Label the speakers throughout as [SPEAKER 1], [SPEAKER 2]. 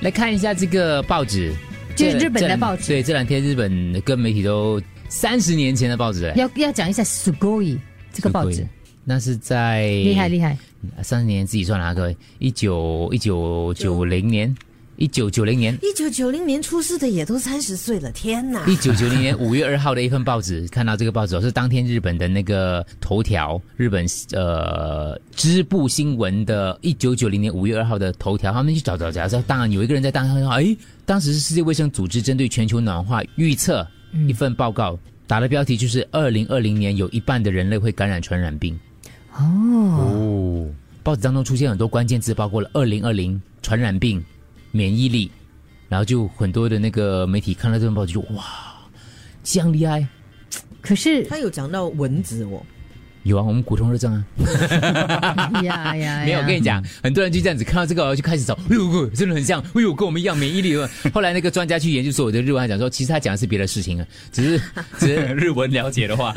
[SPEAKER 1] 来看一下这个报纸，
[SPEAKER 2] 就是
[SPEAKER 1] 这
[SPEAKER 2] 日本的报纸
[SPEAKER 1] 这对，这两天日本各媒体都三十年前的报纸了，
[SPEAKER 2] 要要讲一下 Sugoi 这个报纸，
[SPEAKER 1] 那是在
[SPEAKER 2] 厉害厉害，
[SPEAKER 1] 三十年自己算了啊，各位，一九一九九零年，一九九零年，
[SPEAKER 3] 一九九零年出世的也都三十岁了，天
[SPEAKER 2] 啊
[SPEAKER 3] 哪！
[SPEAKER 1] 一九九零年五月二号的一份报纸，看到这个报纸哦，是当天日本的那个头条，日本呃支部新闻的一九九零年五月二号的头条，他们去找找找找，当然有一个人在当时说，哎，当时是世界卫生组织针对全球暖化预测一份报告，打的标题就是二零二零年有一半的人类会感染传染病。哦，报纸当中出现很多关键字，包括了二零二零传染病、免疫力，然后就很多的那个媒体看到这份报纸就哇。这样厉害？
[SPEAKER 2] 可是
[SPEAKER 3] 他有讲到蚊子哦，
[SPEAKER 1] 有啊，我们骨痛热症啊。
[SPEAKER 2] 哎 呀呀，
[SPEAKER 1] 没有，我跟你
[SPEAKER 2] 你
[SPEAKER 4] 哎
[SPEAKER 1] 讲，很多人就这样子看到这个哦就开始找，哎呦，喂真的很像，哎呦，跟我们一样免疫力了。后来那个专家去研究所有的日文，他讲说，其实他讲的是别的事情啊，只是只是
[SPEAKER 4] 日文了解 的话，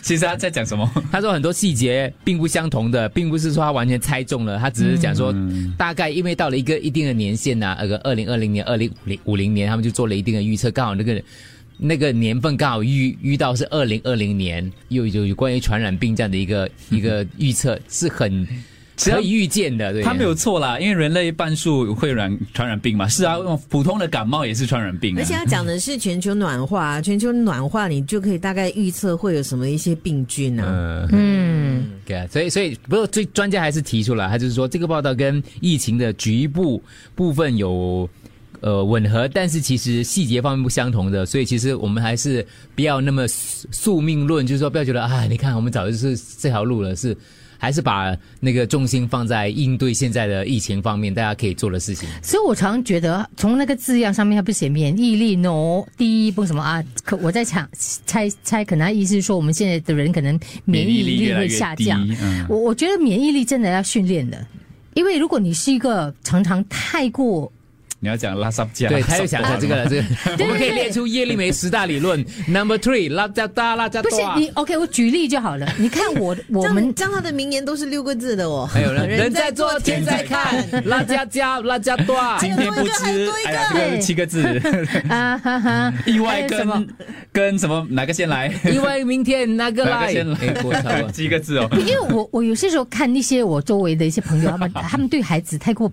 [SPEAKER 4] 其实他在讲什么？
[SPEAKER 1] 他说很多细节并不相同的，并不是说他完全猜中了，他只是讲说，
[SPEAKER 4] 嗯
[SPEAKER 1] 大概因为到了一个一定的年限呐、呃，个二零二零年、二零五零五零年，他们就做了一定的预测，刚好那个。那个年份刚好遇遇到是二零二零年，又有有关于传染病这样的一 个一个预测，是很
[SPEAKER 4] 要
[SPEAKER 1] 可以预见的。对，
[SPEAKER 4] 啊他没有错啦，因为人类半数会染传染病嘛。是啊，普通的感冒也是传染
[SPEAKER 1] 嗯
[SPEAKER 4] 病、啊。
[SPEAKER 3] 而且他讲的是全球暖化，全球暖化你就可以大概预测会有什么一些病菌啊。
[SPEAKER 1] 嗯嗯，对啊，所以所以不过最专家还是提出了，他就是说这个报道跟疫情的局部部分有。呃，吻合，但是其实细节方面不相同的，所以其实我们还是不要那么宿宿命论，就是说不要觉得啊，你看我们早就是这条路了，是还是把那个重心放在应对现在的疫情方面，大家可以做的事情。
[SPEAKER 2] 所以我常觉得从那个字样上面，它不是写免疫力 no 第一不什么啊？可我在想猜猜，可能他意思是说我们现在的人可能免疫力会下降
[SPEAKER 4] 免疫力越来越低嗯。
[SPEAKER 2] 我我觉得免疫力真的要训练的，因为如果你是一个常常太过
[SPEAKER 4] 你要讲拉萨加，
[SPEAKER 1] 对，他又想一 下这个了，这个我们可以列出叶丽梅十大理论，Number Three，拉加达拉加
[SPEAKER 2] 不是
[SPEAKER 1] 多啊
[SPEAKER 2] 你 OK，我举例就好了。你看我我
[SPEAKER 3] 这样
[SPEAKER 2] 们
[SPEAKER 3] 这样他的名言都是六个字的哦。
[SPEAKER 1] 还有人人在
[SPEAKER 3] 在
[SPEAKER 1] 做
[SPEAKER 3] 做
[SPEAKER 1] 天
[SPEAKER 3] 天
[SPEAKER 1] 在
[SPEAKER 3] 在
[SPEAKER 1] 看
[SPEAKER 3] 看，
[SPEAKER 1] 拉加加拉加多啊，
[SPEAKER 4] 今天不
[SPEAKER 3] 还有
[SPEAKER 4] 知
[SPEAKER 3] 多一，个
[SPEAKER 4] 哎呀，这个七个字，
[SPEAKER 2] 啊哈哈，
[SPEAKER 4] 意
[SPEAKER 2] 还
[SPEAKER 4] 外
[SPEAKER 2] 有什么
[SPEAKER 4] 跟跟什么哪个先来？
[SPEAKER 1] 因为明天那个来
[SPEAKER 4] 哪个，先
[SPEAKER 1] 哎郭超
[SPEAKER 4] 来？
[SPEAKER 1] 啊
[SPEAKER 4] 七个字哦。
[SPEAKER 2] 因为我我有些时候看一些我周围的一些朋友，他 们他们对孩子太过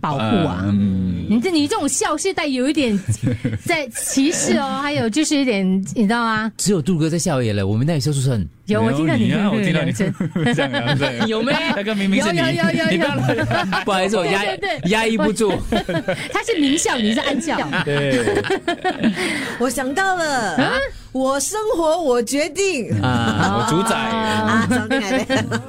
[SPEAKER 2] 保护啊。
[SPEAKER 4] 嗯，
[SPEAKER 2] 你这你这种笑是带有一点在歧视哦，还有就是一点你知道吗？
[SPEAKER 1] 只有杜哥在笑而已了，我们那里笑出声，
[SPEAKER 2] 有我听到你，
[SPEAKER 4] 没 有啊我听到你
[SPEAKER 2] 真
[SPEAKER 4] 这样啊，这样
[SPEAKER 1] 有没有？
[SPEAKER 4] 那个 明明是你，
[SPEAKER 2] 有有有有
[SPEAKER 4] 你不要
[SPEAKER 2] 有
[SPEAKER 1] 不好意思，我压
[SPEAKER 2] 对对对
[SPEAKER 1] 压抑不住。
[SPEAKER 2] 他是明笑，你是暗笑。
[SPEAKER 4] 对，
[SPEAKER 3] 我想到了，我生活我决定
[SPEAKER 1] 啊
[SPEAKER 4] 我主宰。
[SPEAKER 3] 啊，想起来了。